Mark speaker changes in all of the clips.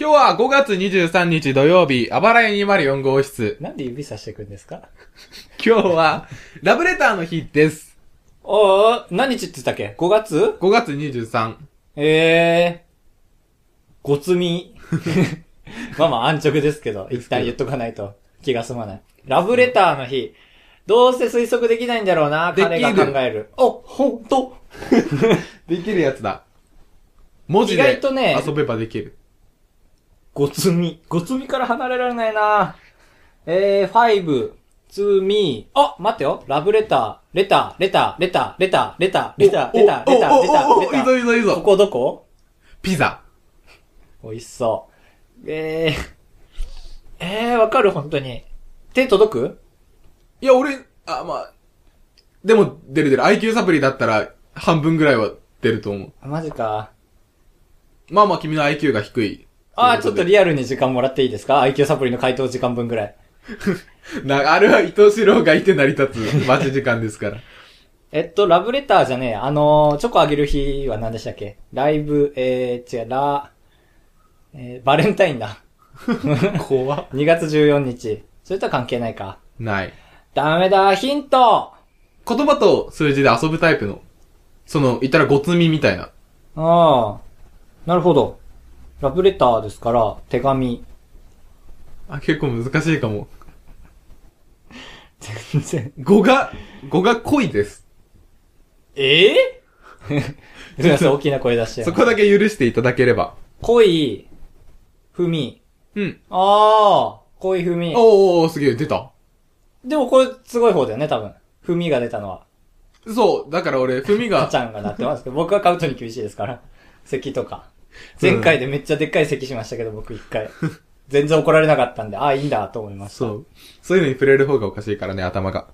Speaker 1: 今日は5月23日土曜日、あばらや204号室。
Speaker 2: なんで指さしてくんですか
Speaker 1: 今日は、ラブレターの日です。
Speaker 2: おー、何日って言ったっけ ?5 月
Speaker 1: 5月23。
Speaker 2: えー、ごつみ。まあまあ安直ですけど、一旦言っとかないと気が済まない。ラブレターの日。どうせ推測できないんだろうな、
Speaker 1: できる
Speaker 2: 彼が考える。お、ほんと
Speaker 1: できるやつだ。文字
Speaker 2: 意外
Speaker 1: で
Speaker 2: とね
Speaker 1: 遊べばできる。
Speaker 2: ごつみ。ごつみから離れられないなえー、5、2、me。あ、待ってよ。ラブレター、レター、レター、レター、レター、レター、レター、レター、レター、レタ
Speaker 1: おおおおお
Speaker 2: ー、レ
Speaker 1: いい
Speaker 2: タ
Speaker 1: ぞ
Speaker 2: ー。
Speaker 1: いいぞいい
Speaker 2: こ
Speaker 1: ぞ。
Speaker 2: こどこ
Speaker 1: ピザ。
Speaker 2: 美味しそう。えー、えー、わかる本当に。手届く
Speaker 1: いや、俺、あ、まあ、でも、出る出る。IQ サプリだったら、半分ぐらいは出ると思う。
Speaker 2: あマジか。
Speaker 1: まあまあ、君の IQ が低い。
Speaker 2: あー、ちょっと
Speaker 1: ア
Speaker 2: リアルに時間もらっていいですか ?IQ サプリの回答時間分ぐらい。
Speaker 1: な、あれは伊藤四郎がいて成り立つ待ち時間ですから。
Speaker 2: えっと、ラブレターじゃねえ。あのー、チョコあげる日は何でしたっけライブ、えー、違う、ラ、えー、バレンタインだ。
Speaker 1: 怖
Speaker 2: 2月14日。それとは関係ないか。
Speaker 1: ない。
Speaker 2: ダメだ、ヒント
Speaker 1: 言葉と数字で遊ぶタイプの、その、言ったらごつみみたいな。
Speaker 2: あー、なるほど。ラブレターですから、手紙。
Speaker 1: あ、結構難しいかも。
Speaker 2: 全然。
Speaker 1: 語が、語が濃いです。
Speaker 2: え ぇ、ー、大きな声出して。
Speaker 1: そこだけ許していただければ。
Speaker 2: 恋、ふみ。
Speaker 1: うん。
Speaker 2: ああ、恋ふみ。
Speaker 1: おーおー、すげえ、出た。
Speaker 2: でもこれすごい方だよね、多分。ふみが出たのは。
Speaker 1: そう、だから俺、ふみ
Speaker 2: か
Speaker 1: が
Speaker 2: ち、ゃんがなってますけど、僕はカウトに厳しいですから。咳とか。前回でめっちゃでっかい咳しましたけど、僕一回。全然怒られなかったんで、ああ、いいんだと思いました。
Speaker 1: そう。そういうのに触れる方がおかしいからね、頭が。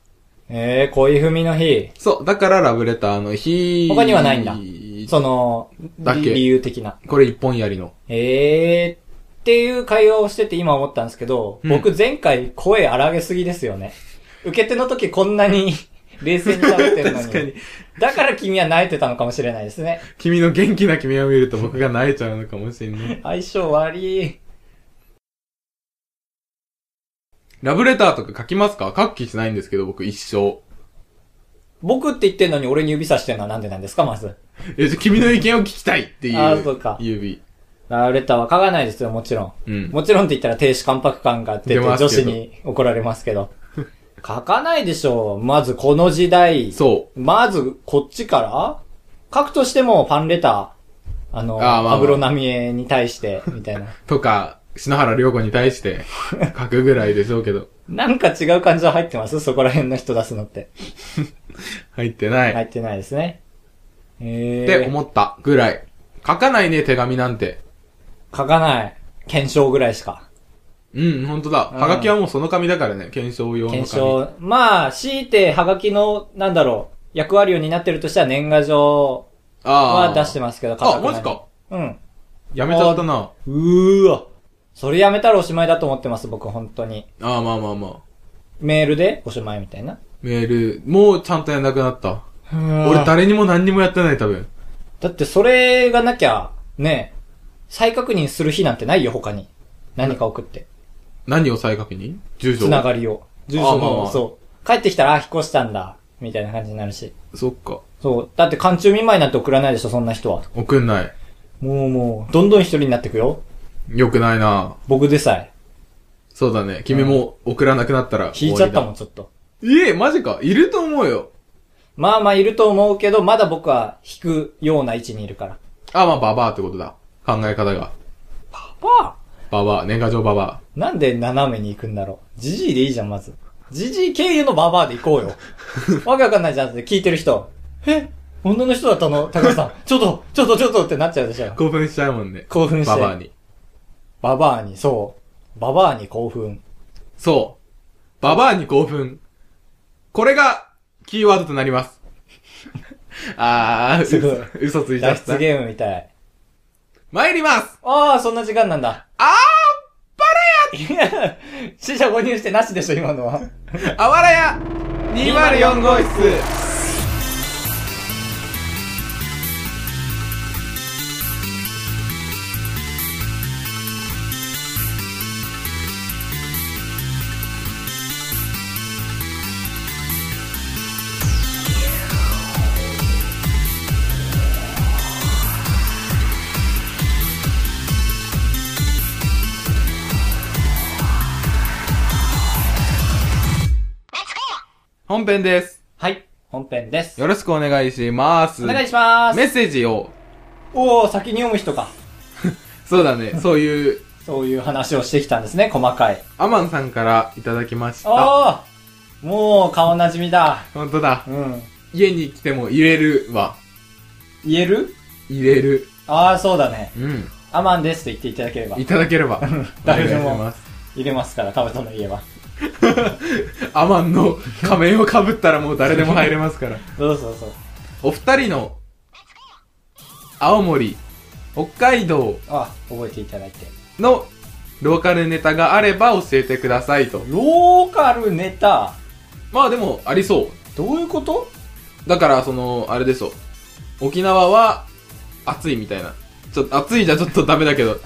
Speaker 2: ええー、恋ふみの日。
Speaker 1: そう、だからラブレターの日。
Speaker 2: 他にはないんだ
Speaker 1: そう。
Speaker 2: その、
Speaker 1: だっ
Speaker 2: 理
Speaker 1: け
Speaker 2: 理由的な。
Speaker 1: これ一本やりの。
Speaker 2: ええー。っていう会話をしてて今思ったんですけど、
Speaker 1: うん
Speaker 2: 僕前回声荒げすぎですよね。受け手の時こんなに 冷静に喋ってるの
Speaker 1: 確かに。
Speaker 2: だから君は泣いてたのかもしれないですね。
Speaker 1: 君の元気な君を見ると僕が泣いちゃうのかもしれない。
Speaker 2: 相性悪い。
Speaker 1: ラブレターとか書きますか書く気しないんですけど、僕一生。
Speaker 2: 僕って言ってんのに俺に指さしてるのはなんでなんですか、まず。
Speaker 1: え、じゃ君の意見を聞きたいっていう。
Speaker 2: あーそうか
Speaker 1: 指。
Speaker 2: ラレターは書かないですよ、もちろ
Speaker 1: う
Speaker 2: ん。
Speaker 1: ん。
Speaker 2: もちろんって言ったら停止関白感が出て
Speaker 1: 出ま
Speaker 2: 女
Speaker 1: すけ
Speaker 2: 子
Speaker 1: ど
Speaker 2: に怒られますけど。書かないでしょう。まずこの時代。
Speaker 1: そ
Speaker 2: まず、こっちから書くとしても、ファンレター。あの、
Speaker 1: あーまあまあ
Speaker 2: 安室奈美恵に対して、みたいな。
Speaker 1: う。とか、篠原涼子に対して 書くぐらいでしょうけど。
Speaker 2: なんか違う感じは入ってますそこら辺の人出すのって。
Speaker 1: 入ってない。
Speaker 2: 入ってないですね。え
Speaker 1: って
Speaker 2: ー、
Speaker 1: 思ったぐらい。書かないね、手紙なんて。
Speaker 2: 書かない。検証ぐらいしか。
Speaker 1: うん、ほんとだ。
Speaker 2: うん
Speaker 1: はがきはもうその紙だからね、検証用の紙。
Speaker 2: 検証。まあ、強いて、はがきの、なんだろう、役割を担ってるとしたら年賀状
Speaker 1: あ
Speaker 2: は
Speaker 1: あ。
Speaker 2: 出してますけど、書か
Speaker 1: あ、
Speaker 2: ない
Speaker 1: マジか。
Speaker 2: うん。
Speaker 1: やめちゃったな。
Speaker 2: うーわ。それやめたらおしまいだと思ってます、僕、本当に。
Speaker 1: ああ、まあまあまあ。
Speaker 2: メールでおしまいみたいな。
Speaker 1: メール、もうちゃんとやんなくなった。
Speaker 2: 俺
Speaker 1: 俺誰にも何にもやってない、多分。
Speaker 2: だってそれがなきゃ、ねえ、再確認する日なんてないよ、他に。何か送って。
Speaker 1: 何を再確認住所。
Speaker 2: つながりを。住
Speaker 1: あ
Speaker 2: 所
Speaker 1: まあま
Speaker 2: も、
Speaker 1: あ
Speaker 2: そう。帰ってきたら、あ、引っ越したんだ。みたいな感じになるし。
Speaker 1: そっか。
Speaker 2: そう。だって、寒中見舞いなんて送らないでしょ、そんな人は。
Speaker 1: 送んない。
Speaker 2: もうもう、どんどん一人になってくよ。
Speaker 1: よくないな
Speaker 2: 僕でさえ。
Speaker 1: そうだね。君も送らなくなったら。
Speaker 2: 引いちゃったもん、ちょっと。
Speaker 1: ん。いえ、マジか。いると思うよ。
Speaker 2: まあまあ、いると思うけど、まだ僕は引くような位置にいるから。
Speaker 1: あ、まあ、ババアってことだ。考え方が。
Speaker 2: わあ
Speaker 1: ババア、年賀状ババ
Speaker 2: なんで斜めに行くんだろう。ジジイでいいじゃん、まず。ジジイ経由のババアで行こ うよ。わけわかんないじゃんって聞いてる人。え女の人だったの高橋 さん。ちょっと、ちょっと、ちょっとってなっちゃうでしょ
Speaker 1: ア。。興奮しちゃうもんね。
Speaker 2: 興奮して
Speaker 1: ババアに。
Speaker 2: ババアに、そう。ババアに興奮。
Speaker 1: そう。ババアに興奮。これが、キーワードとなります。 あー、
Speaker 2: すごい
Speaker 1: 嘘嘘ついちゃ
Speaker 2: 脱
Speaker 1: った
Speaker 2: 出。ゲームみたい。
Speaker 1: 参ります
Speaker 2: ああ、そんな時間なんだ。
Speaker 1: あ
Speaker 2: いや、死者誤入してなしでしょ、今 のは。
Speaker 1: ーあわらや !204 号室
Speaker 2: 「
Speaker 1: 本編です。
Speaker 2: はい。本編です。
Speaker 1: よろしくお願いします。
Speaker 2: お願いします
Speaker 1: メ。ッセージを、
Speaker 2: おお先に読む人か。
Speaker 1: そうだね、そういう、
Speaker 2: そういう話をしてきたんですね、細かい。
Speaker 1: アマンさんからいただきました。
Speaker 2: ああもう顔なじみだ。
Speaker 1: 本当だ。
Speaker 2: うん。
Speaker 1: 家に来ても入れるわ。
Speaker 2: 言える
Speaker 1: 入れる。
Speaker 2: ああ、そうだね。
Speaker 1: うん。
Speaker 2: アマンですと言っていただければ
Speaker 1: い。ただけれ ば。
Speaker 2: 誰でも
Speaker 1: お願いします。
Speaker 2: 入れますから、カブトの家は。
Speaker 1: アマンの仮面をかぶったらもう誰でも入れますから。
Speaker 2: そうそうそう。
Speaker 1: お二人の、青森、北海道
Speaker 2: あ、覚えていただいて。
Speaker 1: のローカルネタがあれば教えてくださいと。
Speaker 2: ローカルネタ。
Speaker 1: まあでも、ありそう。
Speaker 2: どういうこと
Speaker 1: だから、その、あれでしょ。沖縄は、暑いみたいな。ちょっと、暑いじゃちょっとダメだけど。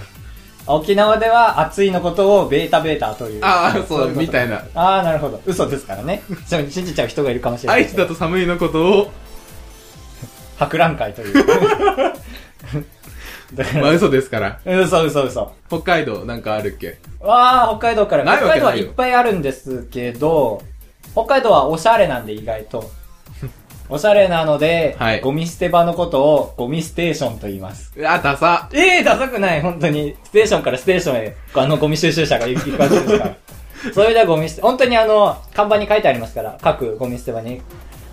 Speaker 2: 沖縄では暑いのことをベータベータという。
Speaker 1: ああ、そう、
Speaker 2: いこと
Speaker 1: みたいな。
Speaker 2: ああ、なるほど。嘘ですからね。ちなみに信じちゃう人がいるかもしれない。
Speaker 1: 愛知だと寒いのこと を、
Speaker 2: 博覧会 という。だか
Speaker 1: まあ
Speaker 2: ら
Speaker 1: 嘘ですから。
Speaker 2: 嘘嘘嘘。
Speaker 1: 北海道なんかあるっけ
Speaker 2: わあ、北海道から。
Speaker 1: ない
Speaker 2: 北
Speaker 1: わけ
Speaker 2: 海道
Speaker 1: な
Speaker 2: はいい
Speaker 1: よ
Speaker 2: っぱいあるんですけど、北海道はおしゃれなんで意外 と。おしゃれなので、
Speaker 1: はい
Speaker 2: ゴミ捨て場のことをゴミステーションと言います。
Speaker 1: うわ、ダサ。
Speaker 2: ええダサくない、本当に。ステーションからステーションへ、あのゴミ収集車が行く感じで すから。それではゴミ捨て、本当にあの、看板に書いてありますから、各ゴミ捨て場に。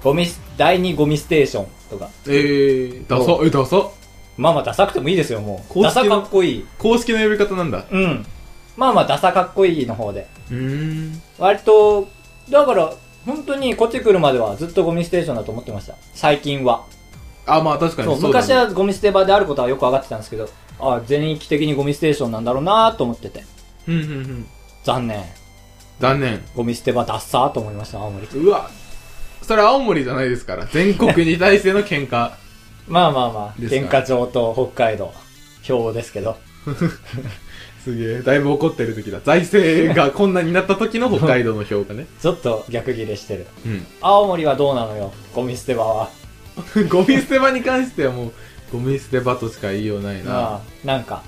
Speaker 2: ゴミ、第2ゴミステーションとか。
Speaker 1: えー、ダサ、え、ダサ。
Speaker 2: まあまあダサくてもいいですよ、もう。
Speaker 1: 公
Speaker 2: ダ
Speaker 1: 式
Speaker 2: サ
Speaker 1: の
Speaker 2: かっこいい。
Speaker 1: 公式の呼び方なんだ。
Speaker 2: うん。まあまあダサかっこいいの方で。
Speaker 1: うーん。
Speaker 2: 割と、だから、本当にこっち来るまではずっとゴミステーションだと思ってました。最近は。
Speaker 1: あ、まあ確か
Speaker 2: そ
Speaker 1: に
Speaker 2: う、
Speaker 1: そうだね
Speaker 2: 昔はゴミ捨て場であることはよく分かってたんですけど、ああ、全域的にゴミステーションなんだろうなと思ってて。
Speaker 1: うんうんうん。
Speaker 2: 残念。
Speaker 1: 残念。
Speaker 2: ゴミ捨て場ダッサーと思いました、青森。
Speaker 1: うわ。それ青森じゃないですから。全国に対しての喧嘩。
Speaker 2: まあまあまあ、
Speaker 1: です
Speaker 2: 喧
Speaker 1: か
Speaker 2: 嘩場と北海道、表ですけど。
Speaker 1: すげえ。だいぶ怒ってる時だ。財政がこんなになった時の北海道の評価ね。
Speaker 2: ちょっと逆ギレしてる。
Speaker 1: うん。
Speaker 2: 青森はどうなのよ、ゴミ捨て場は。
Speaker 1: ゴミ捨て場に関してはもう、ゴミ捨て場としか言いようないな。
Speaker 2: まあ、なんか。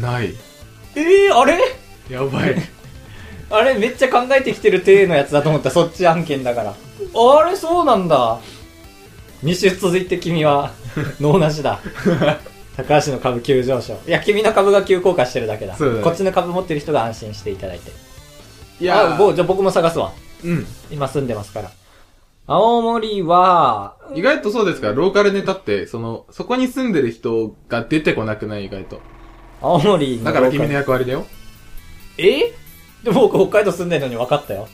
Speaker 1: ない。
Speaker 2: ええあれ
Speaker 1: やばい。
Speaker 2: あれめっちゃ考えてきてる体のやつだと思った、そっち案件だから。あれそうなんだ。2週続いて 君は、脳なしだ。高橋の株急上昇。いや、君の株が急降下してるだけだ。
Speaker 1: そうだね
Speaker 2: こっちの株持ってる人が安心していただいて。
Speaker 1: い
Speaker 2: いや、
Speaker 1: や
Speaker 2: あもう
Speaker 1: ー、
Speaker 2: じゃあ僕も探すわ。
Speaker 1: うん。
Speaker 2: 今住んでますから。青森は、
Speaker 1: 意外とそうですから、ローカルネタって、その、そこに住んでる人が出てこなくない、意外と。
Speaker 2: 青森の
Speaker 1: だから君の役割だよ。
Speaker 2: えでも僕北海道住んでるのに分かったよ。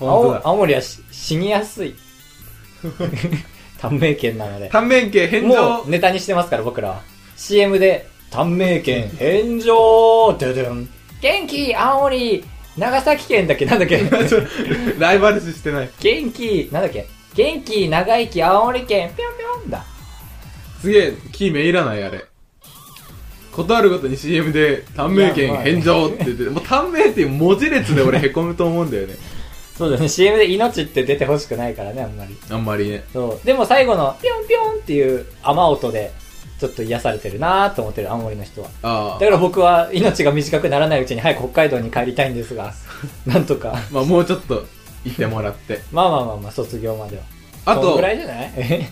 Speaker 2: 青
Speaker 1: 本当だ。
Speaker 2: 青森はし死に やすい。 短命県なので。
Speaker 1: 短面系返
Speaker 2: も
Speaker 1: 上
Speaker 2: う。ネタにしてますから僕らは。CM で、短命県返上ドゥドゥン。元気青森長崎県だっけなんだっけ
Speaker 1: ライバル視してない。
Speaker 2: 元気なんだっけ元気長生き青森県ぴょんぴょんだ。
Speaker 1: すげえ、キーメいらない、あれ。断るごとに CM で、短命
Speaker 2: いや
Speaker 1: 券
Speaker 2: まあ
Speaker 1: 返上って言って、もう短命っていう文字列で俺 凹むと思うんだよね。
Speaker 2: そうだね、CM で命って出てほしくないからね、あんまり。
Speaker 1: あんまりね。
Speaker 2: そう。でも最後の、ぴょんぴょんっていう雨音で、ちょっと癒されてるなーと思ってる、青森の人は。
Speaker 1: あ
Speaker 2: だ
Speaker 1: あ
Speaker 2: か。ら僕は、命が短くならないうちに早く北海道に帰りたいんで すが、なんとか。
Speaker 1: まあもうちょっと、いてもらって。
Speaker 2: まあまあまあまあ、卒業までは。
Speaker 1: あ
Speaker 2: その
Speaker 1: と
Speaker 2: ぐ、らいじゃないえ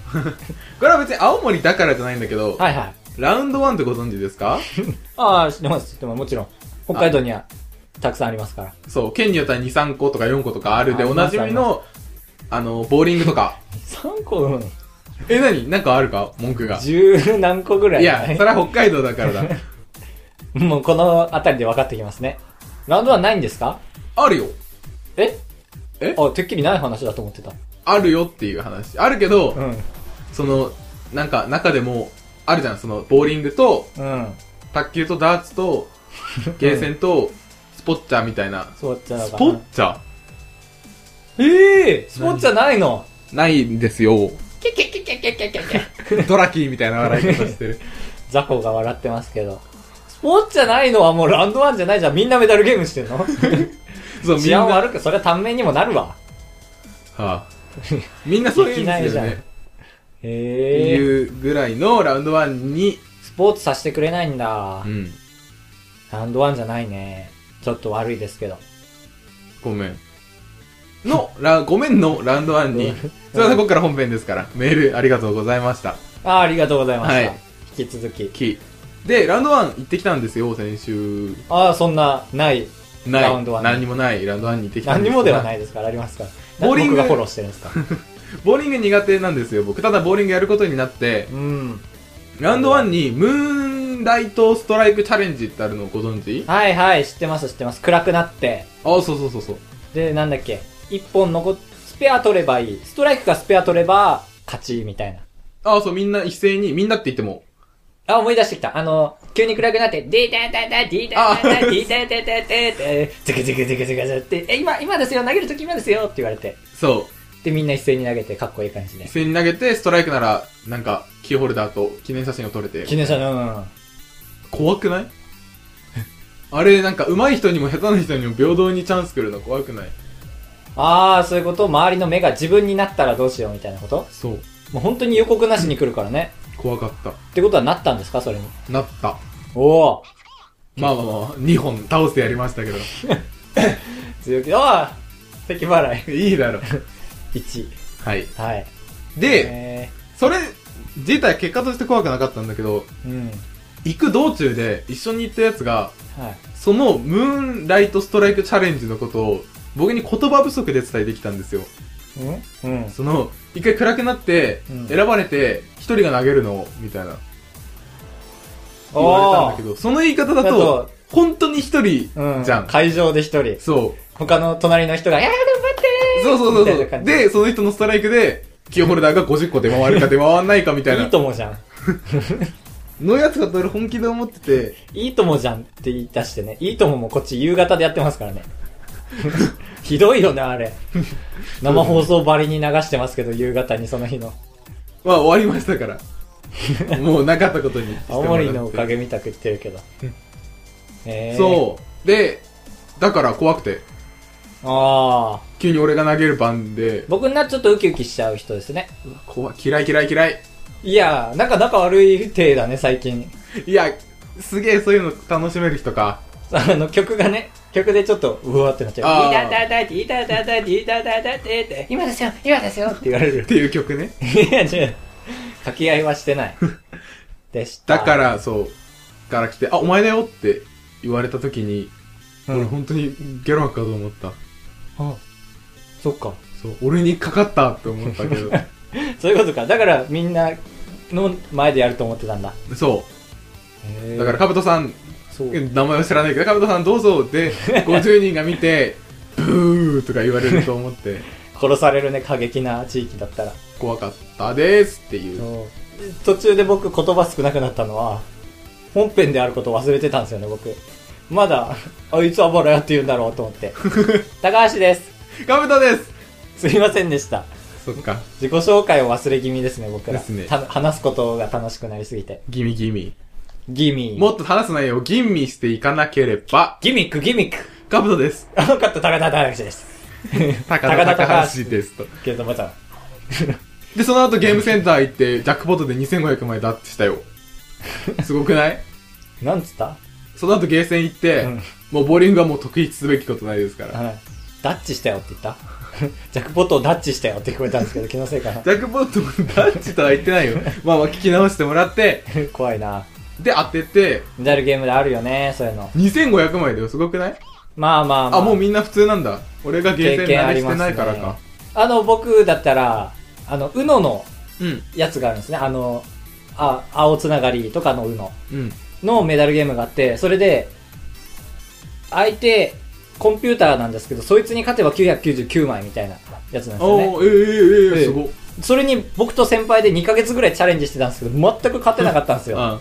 Speaker 1: これは別に青森だからじゃないんだけど、
Speaker 2: はいはい。
Speaker 1: ラウンドワンってご存知ですか
Speaker 2: ああ、知ってます、知ってます。もちろん。北海道には、たくさんありますから。
Speaker 1: そう、県によっては2、3個とか4個とかあるで、
Speaker 2: あり
Speaker 1: お
Speaker 2: ま
Speaker 1: な
Speaker 2: す
Speaker 1: じみの、あの、ボーリングとか。
Speaker 2: 3個、うん。
Speaker 1: え、なになんかあるか文句が。
Speaker 2: 十何個ぐらい
Speaker 1: い
Speaker 2: じゃな
Speaker 1: や、それは北海道だ からだ。
Speaker 2: もうこの辺りで分かってきますね。ラウンドはないんですか
Speaker 1: あるよ。
Speaker 2: え
Speaker 1: え
Speaker 2: あ、てっきりない話だと思ってた。
Speaker 1: あるよっていう話。あるけど、
Speaker 2: うん。
Speaker 1: その、なんか中でも、あるじゃん。その、ボーリングと、
Speaker 2: うん。
Speaker 1: 卓球とダーツと、ゲーセンと、スポッチャみたいな。
Speaker 2: スポッチャだ
Speaker 1: ス
Speaker 2: から。
Speaker 1: ポッチャ
Speaker 2: ええスポッチャないの
Speaker 1: ないんですよ。
Speaker 2: キャキャキャキャキャキャキャキャ。
Speaker 1: ドラキーみたいな笑い方してる。
Speaker 2: ザコが笑ってますけど。スポッチャないのはもうラウンドワンじゃないじゃん。みんなメダルゲームしてんの
Speaker 1: そう、みん
Speaker 2: 治
Speaker 1: な。
Speaker 2: 安
Speaker 1: は
Speaker 2: 悪く、それは短命にもなるわ。
Speaker 1: あ、みんなそういうんで
Speaker 2: ですき
Speaker 1: よ
Speaker 2: ないじゃん
Speaker 1: ね。って
Speaker 2: へえ。
Speaker 1: いうぐらいのラウンド1に、
Speaker 2: スポーツさせてくれないんだ。
Speaker 1: うん、
Speaker 2: ラウンドワンじゃないね。ちょっと悪いですけど。
Speaker 1: ごめん。の、ラごめんのラウンド1に、すいません、ここから本編ですから、メールありがとうございました。
Speaker 2: あーありがとうございました。
Speaker 1: はい
Speaker 2: 引き続き。
Speaker 1: き。で、ラウンド1行ってきたんですよ、先週。
Speaker 2: ああ、そんな、ない。
Speaker 1: ない。
Speaker 2: ラウンドワン
Speaker 1: 何にもないラウンド1に行ってきたん
Speaker 2: 何
Speaker 1: です。
Speaker 2: にもではないいですから、ありますから。
Speaker 1: ボーリング
Speaker 2: なんで僕がフォローしてるんですか。
Speaker 1: ボーリング苦手なんですよ、僕。ただボーリングやることになって、
Speaker 2: うん。
Speaker 1: ラウンド1にムーンライトストライクチャレンジってあるのをご存知
Speaker 2: はいはい、知ってます、知ってます。暗くなって。
Speaker 1: あ、そうそうそうそう。
Speaker 2: で、なんだっけ。一本残っ、スペア取ればいい。ストライクかスペア取れば、勝ち、みたいな。
Speaker 1: あ、そう、みんな一斉に、みんなって言っても、
Speaker 2: あ、思い出してきた。あの、急に暗くなって、ディーダーダーダー、ディーダーダーダー、ディーダーダーダーダーって、ズクズクズクズクズクって、え、今、今ですよ、投げるとき今ですよって言われて。
Speaker 1: そ
Speaker 2: で、みんな一斉に投げて、かっこいい感じ
Speaker 1: う、
Speaker 2: で
Speaker 1: 一。斉に投げて、ストライクなら、なんか、キーホルダーと記念写真を撮れて、
Speaker 2: 記念者の、うん。
Speaker 1: 怖くない あれ、なんか、上手い人にも下手な人にも平等にチャンス来るの怖くない
Speaker 2: あー、そういうこと周りの目が自分になったらどうしようみたいなこと
Speaker 1: そう、
Speaker 2: もう本当に予告なしに来るからね。
Speaker 1: 怖かっ
Speaker 2: ってことはなったんですかそれに。
Speaker 1: た。なった。
Speaker 2: おー。
Speaker 1: まあまあまあ、2本倒してやりましたけど。
Speaker 2: 強気、おー咳 払い。
Speaker 1: いいだろ。
Speaker 2: 1。
Speaker 1: はい。
Speaker 2: はい。
Speaker 1: で、
Speaker 2: え
Speaker 1: それ、自体結果として怖くなかったんだけど、
Speaker 2: ー、うん。
Speaker 1: 行く道中で一緒に行ったやつが、
Speaker 2: はい。
Speaker 1: そのムーンライトストライクチャレンジのことを、僕に言葉不足で伝えてきたんですよ。
Speaker 2: うんうん。
Speaker 1: その、一回暗くなって、
Speaker 2: うん
Speaker 1: 選ばれて、一人が投げるの、みたいな、言われたんだけど、その言い方だ
Speaker 2: だ
Speaker 1: と
Speaker 2: と、
Speaker 1: 本当に一人
Speaker 2: うん。
Speaker 1: じゃん。
Speaker 2: 会場で一人。
Speaker 1: そう。
Speaker 2: 他の隣の人が、いやー
Speaker 1: そうそうそう
Speaker 2: みたいな
Speaker 1: そう。
Speaker 2: 感じで
Speaker 1: で、その人のストライクで、キーホルダーが50個出回るか出回らないかみた
Speaker 2: 頑張っ
Speaker 1: い
Speaker 2: てい
Speaker 1: ない
Speaker 2: ともじゃん。
Speaker 1: のやつだと俺本気で思ってて、
Speaker 2: いいともじゃんって言い出してね。いいとももこっち夕方でやってま すからね。ひどいよね、あれ。生放送ばりに流してますけど、夕方にその日の。
Speaker 1: まあ終わりました から。もうなかったことにしても
Speaker 2: 青
Speaker 1: らって
Speaker 2: 森のおかげみたく言ってるけど。えー、
Speaker 1: そう。で、だから怖くて、
Speaker 2: う。ああ。
Speaker 1: 急に俺が投げる番で、
Speaker 2: 僕な、ちょっとウキウキしちゃう人ですね。
Speaker 1: うわ怖い、嫌い嫌い嫌い。
Speaker 2: いやー、なんか仲悪い体だね、最近。
Speaker 1: いや、すげえそういうの楽しめる人か。
Speaker 2: あの、曲がね、曲でちょっと、うわーってなっちゃ
Speaker 1: あ
Speaker 2: う。
Speaker 1: ー
Speaker 2: ディーダーダーディーダーダーダーディーダーダーダーディーダー今ですよ、今ですよって言われる
Speaker 1: っ。ていう曲ね。
Speaker 2: いや、違う。掛け合いはしてない。でした。
Speaker 1: だか、ら、そう、から来て、あ、お前だよって言われた時に、
Speaker 2: うん
Speaker 1: 俺本当にゲロ吐くかと思った。
Speaker 2: あ、そっか。
Speaker 1: そう、俺にかかったって思ったけ ど。
Speaker 2: そういうことか。だから、みんなの前でやると思ってたんだ。
Speaker 1: そ
Speaker 2: へ
Speaker 1: う。
Speaker 2: ー
Speaker 1: だから、かぶとさん、
Speaker 2: そう。
Speaker 1: 名前は知らないけど、かぶとさんどうぞ で、50人が見て、ブーとか言われると思って、
Speaker 2: 殺されるね、過激な地域だったら。
Speaker 1: 怖かったですっていう。
Speaker 2: そう途中で僕、言葉少なくなったのは、本編であることを忘れてたんですよね、僕。まだ、あいつはバラやって言うんだろうと思って。高橋です。
Speaker 1: かぶとです
Speaker 2: すいませんでした。
Speaker 1: そっか、
Speaker 2: 自己紹介を忘れ気味ですね、僕ら。
Speaker 1: ですね
Speaker 2: た話すことが楽しくなりすぎて。
Speaker 1: ギミギミ。
Speaker 2: ギミー。
Speaker 1: もっと話す内容を吟味していかなければ、
Speaker 2: ギミック、ギミック。
Speaker 1: かぶとです。
Speaker 2: あの方、高田高橋です。
Speaker 1: 高田高橋ですと。
Speaker 2: けど、また。
Speaker 1: で、その後ゲームセンター行って、ジャックポットで2500枚ダッチしたよ。すごくない
Speaker 2: なんつった
Speaker 1: その後ゲーセン行って、
Speaker 2: うん
Speaker 1: もうボーリングはもう特筆すべきことないですから。
Speaker 2: はい。ダッチしたよって言った ジャックポットをダッチしたよって聞こえたんですけど、気のせいかな
Speaker 1: ジ。ャックポットもダッチとは言ってないよ。まあまあ聞き直してもらって、
Speaker 2: 怖いな。
Speaker 1: で当てて、
Speaker 2: メダルゲームであるよね、そういうの。
Speaker 1: 2500枚だよ、すごくない
Speaker 2: まあまあま
Speaker 1: あ
Speaker 2: あ。
Speaker 1: もうみんな普通なんだ。俺がゲーセン
Speaker 2: 経験
Speaker 1: 慣
Speaker 2: あ
Speaker 1: れ
Speaker 2: り
Speaker 1: して
Speaker 2: ますね
Speaker 1: ないからか。
Speaker 2: あの、僕だったら、あの、うのの
Speaker 1: うん。
Speaker 2: やつがあるんですね。あの、あ、青つながりとかのうの
Speaker 1: うん。
Speaker 2: のメダルゲームがあって、それで、相手、コンピューターなんですけど、そいつに勝てば999枚みたいなやつなんですよね。
Speaker 1: おー、ええええええ
Speaker 2: ええ
Speaker 1: すごっ。
Speaker 2: それに僕と先輩で2ヶ月ぐらいチャレンジしてたんですけど、全く勝てなかったんですよ。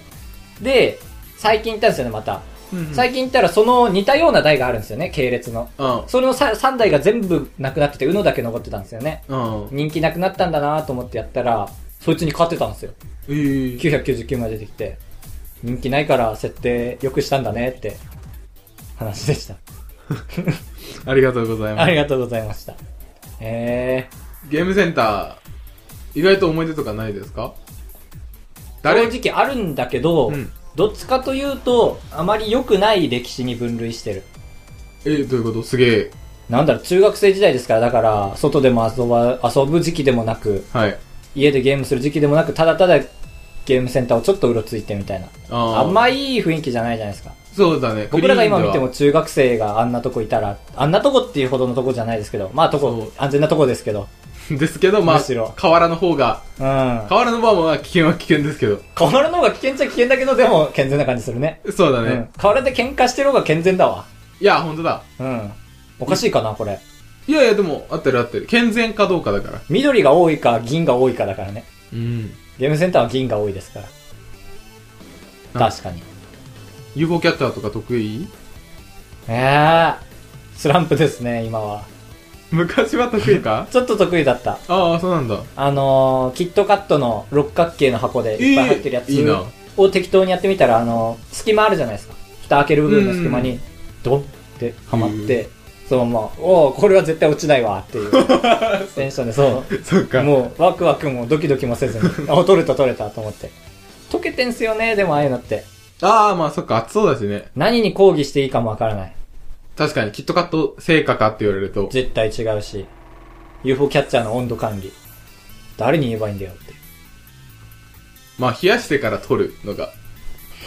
Speaker 2: で、最近行ったんですよね、また。
Speaker 1: うん。
Speaker 2: 最近行ったらその似たような台があるんですよね、系列の。
Speaker 1: うん。
Speaker 2: それの 3, 台が全部なくなってて、うのだけ残ってたんですよね。
Speaker 1: うん。
Speaker 2: 人気なくなったんだなと思ってやったら、そいつに勝てたんですよ。
Speaker 1: ええ
Speaker 2: 999まで出てきて、人気ないから設定良くしたんだねって話でした。
Speaker 1: ありがとうございま
Speaker 2: あり
Speaker 1: す。
Speaker 2: がとうございました。えー、
Speaker 1: ゲームセンター、意外と思い出とかないですか誰
Speaker 2: 正直あるんだけど、
Speaker 1: うん
Speaker 2: どっちかというと、あまり良くない歴史に分類してる。
Speaker 1: え、どういうことすげえ。
Speaker 2: なんだろう、中学生時代ですから、だから、外でも遊ば、遊ぶ時期でもなく、
Speaker 1: はい。
Speaker 2: 家でゲームする時期でもなく、ただただゲームセンターをちょっとうろついてみたいな。
Speaker 1: あ
Speaker 2: あ
Speaker 1: ー
Speaker 2: んまいい雰囲気じゃないじゃないですか。
Speaker 1: そうだね。
Speaker 2: 僕らが今見ても
Speaker 1: グ
Speaker 2: 中学生があんなとこいたら、あんなとこっていうほどのとこじゃないですけど、まあとこ、安全なとこですけど、
Speaker 1: リーンではですけど、まあ
Speaker 2: むしろ、
Speaker 1: 河原の方が、
Speaker 2: うん。
Speaker 1: 河
Speaker 2: 変
Speaker 1: 原の場合は危険は危険ですけど。
Speaker 2: わらの方が危険っちゃ危険だけど、でも健全な感じするね。
Speaker 1: そうだ
Speaker 2: う
Speaker 1: ね。
Speaker 2: ん。変わらで喧嘩してる方が健全だわ。
Speaker 1: いや、本当だ。
Speaker 2: うん。おかしいかな、これ。
Speaker 1: いやいや、でも、合ってる合ってる。健全かどうかだから。
Speaker 2: 緑が多いか、銀が多いかだからね。
Speaker 1: うん。
Speaker 2: ゲームセンターは銀が多いですから。
Speaker 1: なん
Speaker 2: 確かに。
Speaker 1: UFO キャッチャーとか得意
Speaker 2: ええスランプですね、今は。
Speaker 1: 昔は得意か
Speaker 2: ちょっと得意だった。
Speaker 1: ああ、そうなんだ。
Speaker 2: あのー、キットカットの六角形の箱でいっぱい入ってるや
Speaker 1: えーいいな
Speaker 2: つを適当にやってみたら、あのー、隙間あるじゃないですか。蓋開ける部分の隙間
Speaker 1: う
Speaker 2: に、ドンってはまって、そのまま、おおこれは絶対落ちない わっていうテンションで、そう。
Speaker 1: そっか。
Speaker 2: もう、ワクワクもドキドキもせずに、 あ、取れた取れたと思って。溶けてんすよね、でもああいうのって。
Speaker 1: ああ、まあそっか、暑そうだしね。
Speaker 2: 何に抗議していいかもわからない。
Speaker 1: 確かに、キットカット成果かって言われると。
Speaker 2: 絶対違うし、UFO キャッチャーの温度管理。誰に言えばいいんだよって。
Speaker 1: まあ、冷やしてから取るのが。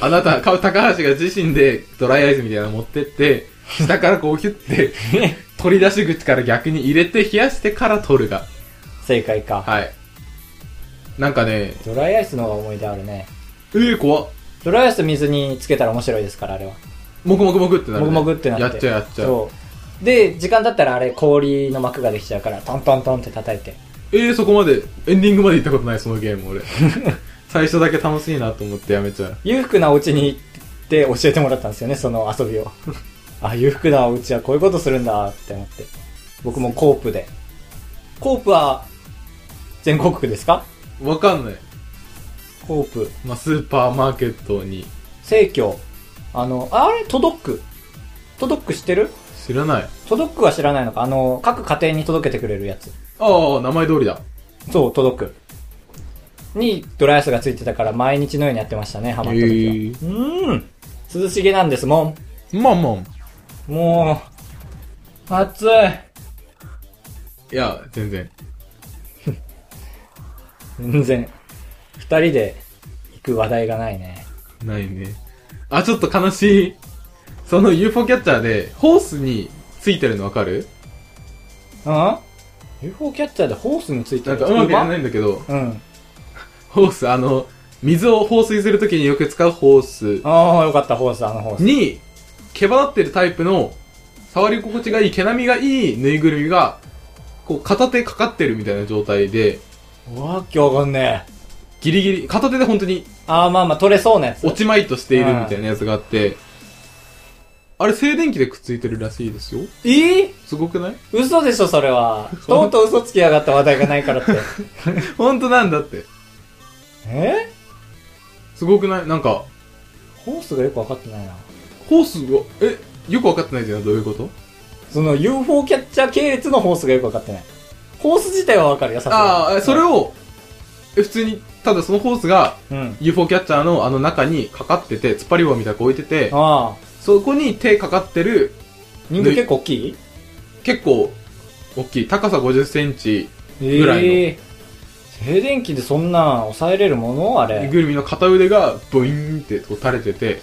Speaker 1: あなた、高橋が自身でドライアイスみたいなの持ってって、下からこうヒュ って、取り出し口から逆に入れて冷やしてから取るが。
Speaker 2: 正解か。
Speaker 1: はい。なんかね、
Speaker 2: ドライアイスの方が思い出あるね。
Speaker 1: ええー、怖っ。
Speaker 2: ドライアイス水につけたら面白いですから、あれは。
Speaker 1: もぐもぐもぐってな
Speaker 2: も
Speaker 1: る、
Speaker 2: ぐ
Speaker 1: ね。
Speaker 2: もぐってなって。
Speaker 1: やっちゃうやっちゃう。
Speaker 2: そう。で、時間経ったらあれ氷の膜ができちゃうから、トントントンって叩いて。
Speaker 1: ええー、そこまで、エンディングまで行ったことない、そのゲーム、俺。最初だけ楽しいなと思ってやめちゃう。
Speaker 2: 裕福なお家に行って教えてもらったんですよね、その遊びを。 あ、裕福なお家はこういうことするんだって思って。僕もコープで。コープは、全国区ですか
Speaker 1: わかんない。
Speaker 2: コープ。
Speaker 1: まあ、スーパーマーケットに、
Speaker 2: 生協。あの、あれトドック。トドック知ってる
Speaker 1: 知らない。
Speaker 2: トドックは知らないのかあの、各家庭に届けてくれるやつ。
Speaker 1: ああ、名前通りだ。
Speaker 2: そう、トドック。にドライアイスがついてたから毎日のようにやってましたね、ハマった時は。
Speaker 1: へ
Speaker 2: う
Speaker 1: ー
Speaker 2: ーん。涼しげなんですも
Speaker 1: まあまあ。
Speaker 2: ん。もう、暑い。
Speaker 1: いや、全然。
Speaker 2: 全然。二人で行く話題がないね。
Speaker 1: ないね。あ、ちょっと悲しい。その UFO キャッチャーで、ホースについてるのわかる
Speaker 2: うん ?UFO キャッチャーでホースについて
Speaker 1: なん
Speaker 2: る
Speaker 1: かうまくやら
Speaker 2: 馬
Speaker 1: ないんだけど、
Speaker 2: うん。
Speaker 1: ホース、あの、水を放水するときによく使うホー
Speaker 2: ああ、よかった、ホース、あのホ
Speaker 1: ス
Speaker 2: ース。
Speaker 1: に、毛羽立ってるタイプの、触り心地がいい、毛並みがいいぬいぐるみが、こう、片手かかってるみたいな状態で、
Speaker 2: わけわかんねえ。
Speaker 1: ギリギリ、片手で本当に
Speaker 2: ああ、まあまあ、取れそうなやつ。
Speaker 1: 落ちまいとしているみたいなやつがあって、あれ静電気でくっついてるらしいですよ。
Speaker 2: えー
Speaker 1: すごくない
Speaker 2: 嘘でしょ、それは。とうとう嘘つきやがった話題がないからって。
Speaker 1: 本当なんだって。
Speaker 2: え
Speaker 1: すごくないなんか、
Speaker 2: ホースがよくわかってないな。
Speaker 1: ホースが、え、よく分かってないじゃん、どういうこと
Speaker 2: その UFO キャッチャー系列のホースがよくわかってない。ホース自体はわかるよ、さす
Speaker 1: あ
Speaker 2: が
Speaker 1: あ、
Speaker 2: に
Speaker 1: それ。を、え普通に、ただそのホースが
Speaker 2: うん。
Speaker 1: UFO キャッチャーのあの中にかかってて、突っ張り棒みたいなの置いてて、
Speaker 2: ああ。
Speaker 1: そこに手かかってる、
Speaker 2: 人形結構大きい
Speaker 1: 結構、大きい、高さ50センチ、
Speaker 2: え
Speaker 1: ぐらいの
Speaker 2: え静電気でそんなん抑えれるものあれ。
Speaker 1: ぐるみの片腕が、ブイーンってこう垂れてて、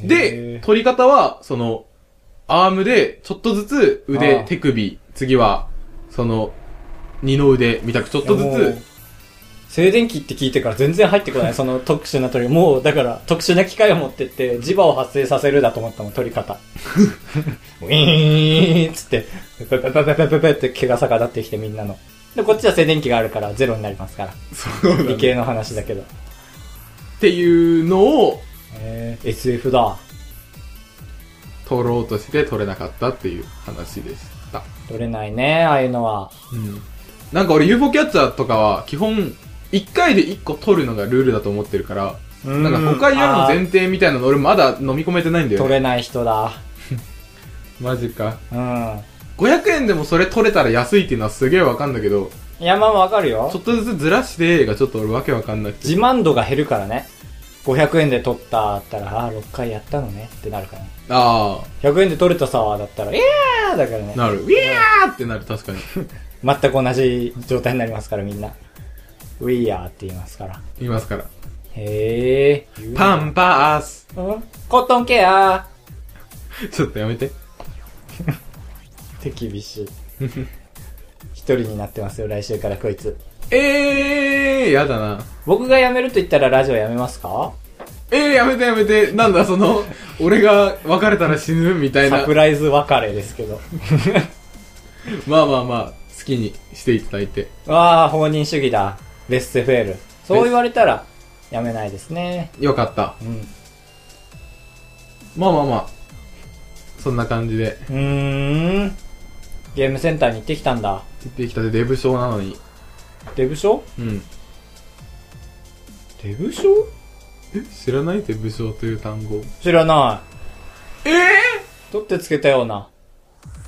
Speaker 2: うん。
Speaker 1: で、
Speaker 2: へー
Speaker 1: 取り方は、その、アームで、ちょっとずつ腕、
Speaker 2: ああ
Speaker 1: 手首、次は、その、二の腕、みたくちょっとず
Speaker 2: いやもう
Speaker 1: つ、
Speaker 2: 静電気って聞いてから全然入ってこ ない、その特殊な鳥。もう、だから、特殊な機械を持ってって、磁場を発生させるだと思ったもん、鳥方。ウィーンっつって、ペペペペペペペペって毛が逆立ってきてみんなの。で、こっちは静電気があるからゼロになりますから。
Speaker 1: そうだね
Speaker 2: 理系の話だけど。
Speaker 1: っていうのを、
Speaker 2: えー、SF だ。
Speaker 1: 取ろうとして取れなかったっていう話でした。
Speaker 2: 取れないね、ああいうのは。
Speaker 1: うん。なんか俺 UFO キャッチャーとかは基本1回で1個取るのがルールだと思ってるから、
Speaker 2: な
Speaker 1: なんか他やるの前提みたいなの俺まだ飲み込めてないんだよ
Speaker 2: 取
Speaker 1: ね。
Speaker 2: れない人だ。
Speaker 1: マジか。
Speaker 2: うん。
Speaker 1: 500円でもそれ取れたら安いっていうのはすげえわかんだけど、
Speaker 2: いや、まあわかるよ
Speaker 1: ちょ。っとずつずらしてがちょっと俺わけわかんなくて。
Speaker 2: 自慢度が減るからね。 500円で取ったったら、ああ、6回やったのねってなるからね。
Speaker 1: あ
Speaker 2: 100円で取れたさ、だったら、いやーだからね
Speaker 1: あ、。なる。ウィアーってなる、確かに。
Speaker 2: 全く同じ状態になりますから、みんな。We are って言いますから。
Speaker 1: 言いますから。
Speaker 2: へー。
Speaker 1: パンパース。
Speaker 2: うんコットンケア
Speaker 1: ちょっとやめて。
Speaker 2: ーって厳 しい。一人になってますよ、来週からこいつ。
Speaker 1: えー、やだな。
Speaker 2: 僕が辞めると言ったらラジオ辞めますか
Speaker 1: えー、やめてやめて。なんだ、その、俺が別れたら死ぬみたいな
Speaker 2: サプ。ライズ別れですけど。
Speaker 1: まあまあまあ、好きにしていただいて。
Speaker 2: わあ、放任主義だ。ベスト FL。そう言われたら、やめないですね。
Speaker 1: よかった。
Speaker 2: うん。
Speaker 1: まあまあまあ。そんな感じで。
Speaker 2: うーん。ゲームセンターに行ってきたんだ。
Speaker 1: 行ってきたで、デブ症なのに。
Speaker 2: デブ賞
Speaker 1: うん。
Speaker 2: デブ賞
Speaker 1: え知らないデブ症という単語。
Speaker 2: 知らな
Speaker 1: ええ
Speaker 2: い。取ってつけたような。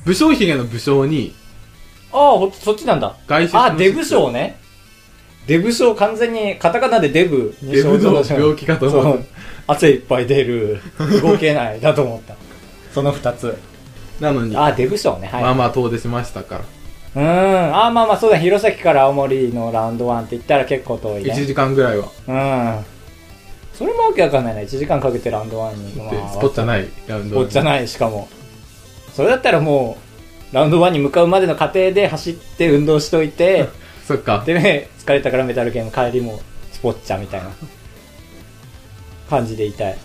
Speaker 1: 武将髭の武将に、
Speaker 2: ああ、ほんとそっちなんだ。
Speaker 1: 外出
Speaker 2: ああ、デブ賞ね。デブ賞完全に、カタカナでデブに
Speaker 1: デ
Speaker 2: 症
Speaker 1: ブ
Speaker 2: 状
Speaker 1: の
Speaker 2: だと思う。
Speaker 1: 病気かと
Speaker 2: そ
Speaker 1: 思
Speaker 2: う。汗いっぱい出る。動けない。だと思った。その二つ。
Speaker 1: う。なのに、
Speaker 2: ああ、デブ賞ね。はい。
Speaker 1: まあまあ遠出しましたから。
Speaker 2: うーん。ああ、まあまあ、そうだ。弘前から青森のラウンド1って言ったら結構遠いね。
Speaker 1: 1時間ぐらいは。
Speaker 2: うん。それもわけわかんないな。1時間かけてラウンドワンに。まあ
Speaker 1: で、スポッチャないラウン
Speaker 2: ス
Speaker 1: ド
Speaker 2: ポッチャ
Speaker 1: い。
Speaker 2: ない、しかも。それだったらもう、ラウンドワンに向かうまでの過程で走って運動しといて、
Speaker 1: そっか。
Speaker 2: でね、疲れたからメタルゲーム帰りもスポッチャみたいな感じでいたい。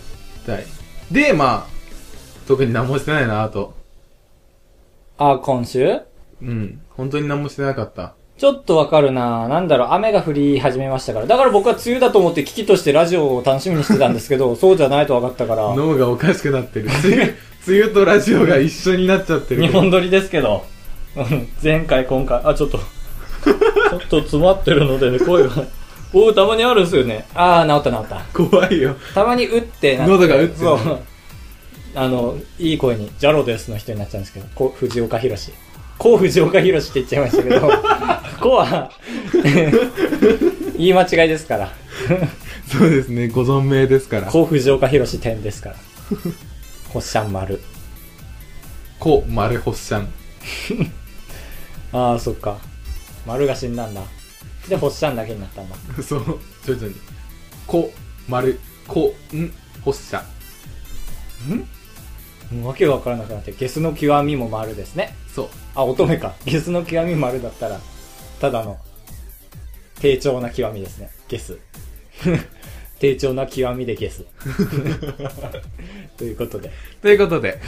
Speaker 1: はいで、まあ、特に何もしてないな、あと。
Speaker 2: あー、今週
Speaker 1: うん。本当に何もしてなかった。
Speaker 2: ちょっとわかるななんだろう、雨が降り始めましたから。だから僕は梅雨だと思って危機としてラジオを楽しみにしてたんですけど、そうじゃないとわかったから、
Speaker 1: 脳がおかしくなってる。梅雨、梅雨とラジオが一緒になっちゃってる。
Speaker 2: 日本撮りですけど、うん前回今回、あ、ちょっと、ちょっと詰まってるのでね、声が。おうたまにあるんですよね。ああ、治った治った。
Speaker 1: 怖いよ。
Speaker 2: たまに打ってなって
Speaker 1: 喉が打つ
Speaker 2: そう。あの、いい声に、ジャロですの人になっちゃうんですけど、こう、藤岡弘。こう藤岡弘って言っちゃいましたけど、こ うは、 言い間違いですから。
Speaker 1: そうですね、ご存命ですから。こ、
Speaker 2: こう藤岡弘点ですから。ほっしゃん丸。
Speaker 1: こ、丸ほっしゃん。
Speaker 2: ああ、そっか。丸が死んだんだ。で、ほっしゃんだけになったんだ。
Speaker 1: そう、徐々に。こ、丸、こ、ん、ほっしゃ。
Speaker 2: もうわけがわからなくなって、ゲスの極みも丸ですね。
Speaker 1: そう。
Speaker 2: あ、乙女か。ゲスの極み丸だったら、ただの、低調な極みですね。ゲス。 低調な極みでゲス。 ということで。
Speaker 1: ということで、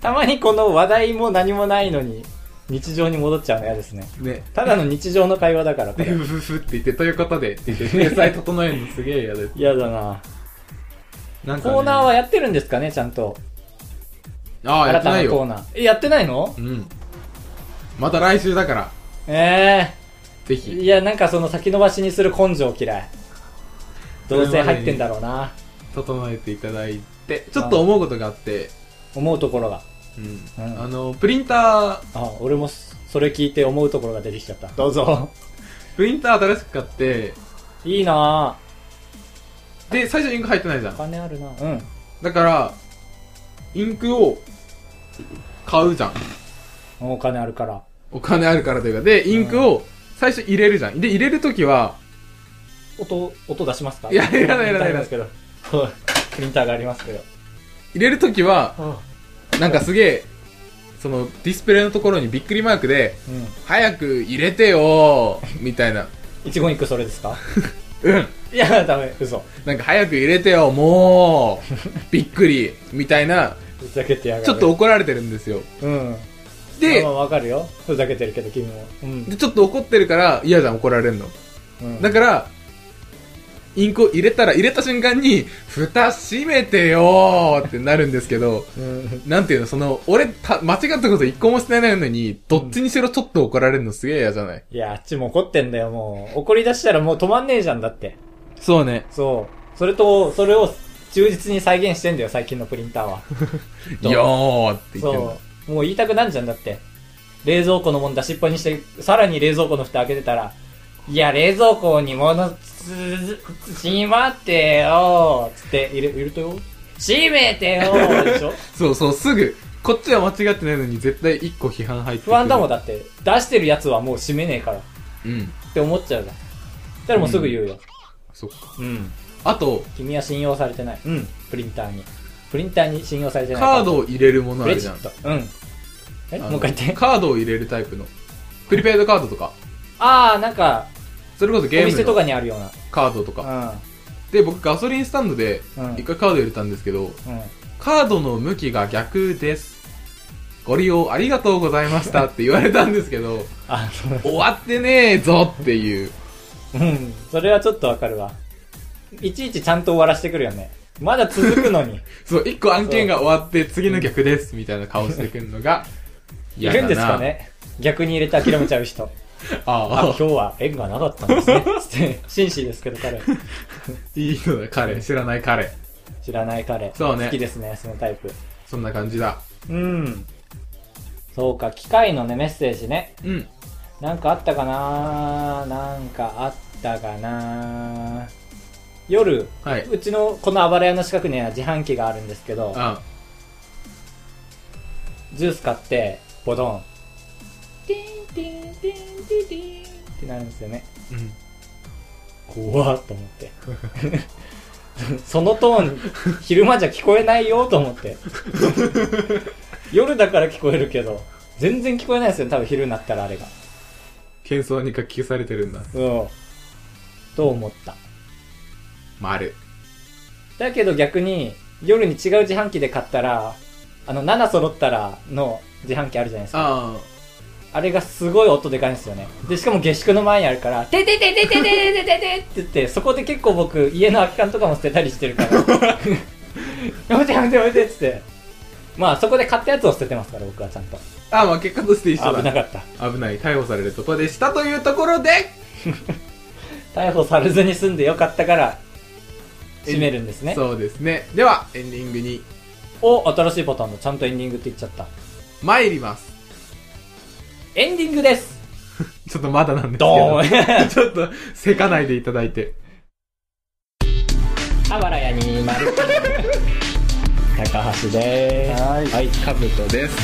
Speaker 2: たまにこの話題も何もないのに、日常に戻っちゃうの嫌ですね。
Speaker 1: ね、
Speaker 2: ただの日常の会話だから、こ
Speaker 1: で、
Speaker 2: れ。
Speaker 1: ふふふって言って、ということ で、って言って、体裁整えるのすげえ嫌です。
Speaker 2: 嫌だな
Speaker 1: なんか、ね、
Speaker 2: コーナーはやってるんですかね、ちゃんと。
Speaker 1: ああ、や
Speaker 2: 新
Speaker 1: ってな
Speaker 2: た
Speaker 1: い
Speaker 2: なコー
Speaker 1: よ。
Speaker 2: ナー。え、やってないの
Speaker 1: うん。また来週だから、
Speaker 2: え
Speaker 1: ぜ
Speaker 2: え
Speaker 1: ひ、
Speaker 2: いや、なんかその先延ばしにする根性嫌い。どうせ入ってんだろうな。
Speaker 1: 整えていただいて、ちょっと思うことがあって、
Speaker 2: 思うところが。
Speaker 1: うん。
Speaker 2: うん
Speaker 1: あの、プリンター、
Speaker 2: あ、俺もそそれ聞いて思うところが出てきちゃった。どうぞ。
Speaker 1: プリンター新しく買って、
Speaker 2: いいな
Speaker 1: で、最初インク入ってないじゃ
Speaker 2: ぁ。お
Speaker 1: ん。
Speaker 2: 金あるなうん。
Speaker 1: だから、インクを、買うじゃん。
Speaker 2: お金あるから。
Speaker 1: お金あるからというか。で、インクを、最初入れるじゃん。で、入れるときは、
Speaker 2: 音、音出しますか
Speaker 1: いやいらないいらない
Speaker 2: プリンターありますけど。はいプリンターがありますけど。
Speaker 1: 入れるときは、なんかすげえ、その、ディスプレイのところにびっくりマークで、
Speaker 2: うん。
Speaker 1: 早く入れてよーみたいな。
Speaker 2: 一言一句それですか
Speaker 1: うん。
Speaker 2: いや、ダメ。嘘。
Speaker 1: なんか早く入れてよ、もう、びっくり、みたいな、
Speaker 2: ふざけてやがる。
Speaker 1: ちょっと、怒られてるんですよ。
Speaker 2: うん。
Speaker 1: で
Speaker 2: まあ、まあわかるよ。ふざけてるけど、君も。うん。
Speaker 1: で、ちょっと怒ってるから嫌じゃん、怒られるの。
Speaker 2: うん
Speaker 1: だから、インクを入れたら、入れた瞬間に、蓋閉めてよーってなるんですけど、
Speaker 2: うん。
Speaker 1: なんていうの、その、俺、た、間違ったこと一個もしてないのに、どっちにしろちょっと怒られるのすげえ嫌じゃない
Speaker 2: いや、あっちも怒ってんだよ、もう。怒り出したらもう止まんねえじゃんだって。
Speaker 1: そうね。
Speaker 2: そう。それと、それを忠実に再現してんだよ、最近のプリンターは。
Speaker 1: よーって言ってるの
Speaker 2: そう。もう言いたくなんじゃんだって。冷蔵庫のもん出しっぱにして、さらに冷蔵庫の蓋開けてたら、いや、冷蔵庫に物つ、つ、しまってよーつって、いる、いるとよ。閉めてよーでし ょ
Speaker 1: そうそう、すぐ、こっちは間違ってないのに絶対一個批判入ってくる
Speaker 2: 不安だもん、だって。出してるやつはもう閉めねえから。っ
Speaker 1: うん。
Speaker 2: て思っちゃうじゃん。たらもうすぐ言うよ。
Speaker 1: そっか。
Speaker 2: うん。
Speaker 1: あと、
Speaker 2: 君は信用されてない。うん。プリンターに。プリンターに信用されてない。
Speaker 1: カードを入れるものあ
Speaker 2: クレ
Speaker 1: る
Speaker 2: ジ
Speaker 1: じゃん
Speaker 2: ッ。ト。うん。え
Speaker 1: あの
Speaker 2: もう一回 言って。
Speaker 1: カードを入れるタイプの。プリペイドカードとか。
Speaker 2: あー、なんか、
Speaker 1: それこそゲ
Speaker 2: お
Speaker 1: ー
Speaker 2: 店
Speaker 1: ム
Speaker 2: と
Speaker 1: の
Speaker 2: かにあるよう
Speaker 1: カードとか。
Speaker 2: な。
Speaker 1: で、僕ガソリンスタンドで
Speaker 2: うん
Speaker 1: 一回カード入れたんですけど、
Speaker 2: うん。うん。
Speaker 1: カードの向きが逆です。ご利用ありがとうございましたって言われたんですけど、
Speaker 2: あの、
Speaker 1: 終わってねえぞっていう。
Speaker 2: うん。それはちょっとわかるわ。いちいちちゃんと終わらせてくるよね。まだ続くのに。
Speaker 1: そう、一個案件が終わって次の逆ですみたいな顔してくるのが、
Speaker 2: い
Speaker 1: 嫌だ
Speaker 2: る
Speaker 1: なん
Speaker 2: ですかね逆に入れて諦めちゃ う人。あ、
Speaker 1: あ
Speaker 2: 今
Speaker 1: あ、
Speaker 2: 日は縁がなかったんですね。 つって、紳士ですけど彼。
Speaker 1: いいのだ、彼。知らない彼。
Speaker 2: 知らない 彼。
Speaker 1: そうね
Speaker 2: 好きですね、そのタイプ。
Speaker 1: そんな感じだ。
Speaker 2: うん。そうか、機械のね、メッセージね。
Speaker 1: うん。
Speaker 2: なんかあったかななんかあったかな夜、
Speaker 1: はいう
Speaker 2: ちのこのあばら屋の近くには自販機があるんですけど、
Speaker 1: あ
Speaker 2: ジュース買って、ボドン。ティンティンティンティンティンってなるんですよね。
Speaker 1: うん。
Speaker 2: 怖っと思って。そのトーン、昼間じゃ聞こえないよと思って。夜だから聞こえるけど、全然聞こえないですよね、多分昼になったらあれが。
Speaker 1: 喧騒に書き消されてるんだ。
Speaker 2: うん。と思った。
Speaker 1: 丸。
Speaker 2: だけど逆に、夜に違う自販機で買ったら、あの、7揃ったらの自販機あるじゃないですか。
Speaker 1: あ
Speaker 2: あれがすごい音でかいんですよね。で、しかも下宿の前にあるから、ててててててててててって言って、そこで結構僕、家の空き缶とかも捨てたりしてるから。やめてやめてやめてっつって。まあ、そこで買ったやつを捨ててますから、僕はちゃんと。
Speaker 1: あ。ああ、まあ結果として一緒
Speaker 2: 危な
Speaker 1: だ。
Speaker 2: かった。
Speaker 1: 危ない。逮捕されるとこでしたというところで、
Speaker 2: 逮捕されずに済んでよかったから、閉めるんですね。
Speaker 1: そうですね。では、エンディングに
Speaker 2: お、新しいパターンだ。ちゃんとエンディングって言っちゃった。
Speaker 1: 参ります。
Speaker 2: エンディングです
Speaker 1: ちょっとまだなんですけ
Speaker 2: ド
Speaker 1: ど。
Speaker 2: ーン
Speaker 1: ちょっと、せかないでいただいて。
Speaker 2: あばらやにま る。高橋でーす。
Speaker 1: はい
Speaker 2: はい。
Speaker 1: かぶとです。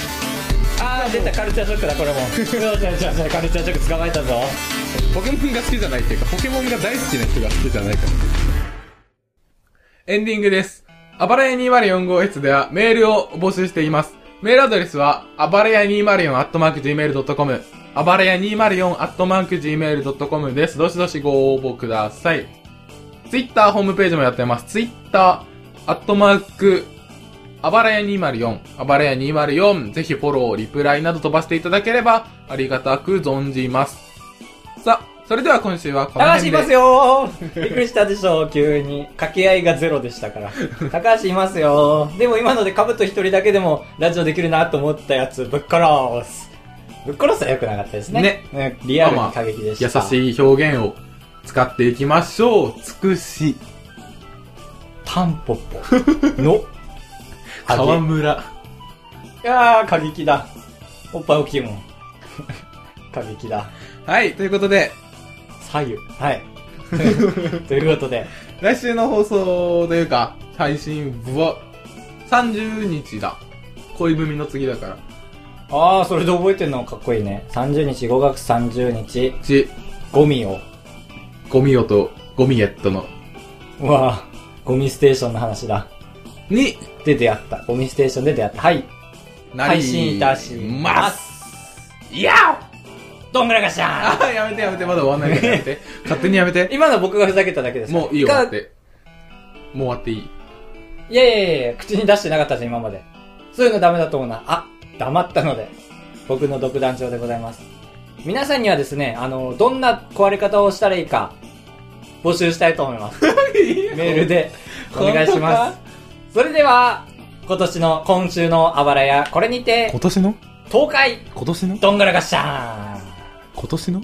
Speaker 2: あー、出た、カルチャーショックだ、これも。そうそうそうそう、カルチャーショック捕まえたぞ。
Speaker 1: ポケモンが好きじゃないっていうか、ポケモンが大好きな人が好きじゃないから。エンディングです。あばらや204号室ではメールを募集しています。メールアドレスは、あばらや 204-gmail.com、あばらや 204-gmail.com です。どしどしご応募ください。ツイッターホームページもやってます。ツイッター、アットマーク、あばらや204、あばらや204、ぜひフォロー、リプライなど飛ばしていただければ、ありがたく存じます。さあ、それでは今週はこの
Speaker 2: 高橋
Speaker 1: 辺
Speaker 2: い
Speaker 1: で。
Speaker 2: ますよーびっくりしたでしょ、急に。掛け合いがゼロでした から。高橋いますよーでも今のでカブと一人だけでもラジオできるなと思ったやつ、ぶっ殺す。ぶっ殺すは良くなかったですね。
Speaker 1: ね
Speaker 2: ね。リアルに過激でした。
Speaker 1: 優しい表現を使っていきましょう。つくし、
Speaker 2: タンポポ の
Speaker 1: 川村。
Speaker 2: いやー、過激だ。おっぱい大きいもん。 過激だ。
Speaker 1: はい、ということで、
Speaker 2: 左右。はい。 ということで、
Speaker 1: 来週の放送というか、配信は、30日だ。恋文の次だから。
Speaker 2: あー、それで覚えてるのかっこいいね。30日、5月30日、
Speaker 1: ち、
Speaker 2: ゴミを。
Speaker 1: ゴミオとゴミエットの、
Speaker 2: うわー、ゴミステーションの話だ。
Speaker 1: に、
Speaker 2: で出会った。ゴミステーションで出会った。はい。
Speaker 1: なり
Speaker 2: 配信いたし
Speaker 1: ま。
Speaker 2: ますす。
Speaker 1: いや
Speaker 2: どんぐらかしゃ
Speaker 1: あ
Speaker 2: ー
Speaker 1: ーやめてやめて、まだ終わんないからやめ て。勝手にやめて。
Speaker 2: 今の僕がふざけただけです。
Speaker 1: もういいよ、終わっ
Speaker 2: が。
Speaker 1: て。もう終わっていい。
Speaker 2: いやいやいやいや、口に出してなかったじゃん、今まで。そういうのダメだと思うな。あ、黙ったので。僕の独壇場でございます。皆さんにはですね、あの、どんな壊れ方をしたらいいか、募集したいと思い ます。メールでお願いします。それでは、今年の、今週のあばらや、これにて、
Speaker 1: 年の
Speaker 2: 東海、
Speaker 1: 今年の
Speaker 2: どんがらがっしゃーん
Speaker 1: 今年の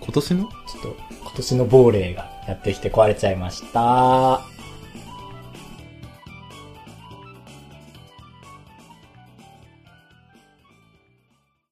Speaker 1: 今年の
Speaker 2: ちょっと、今年の亡霊がやってきて壊れちゃいました。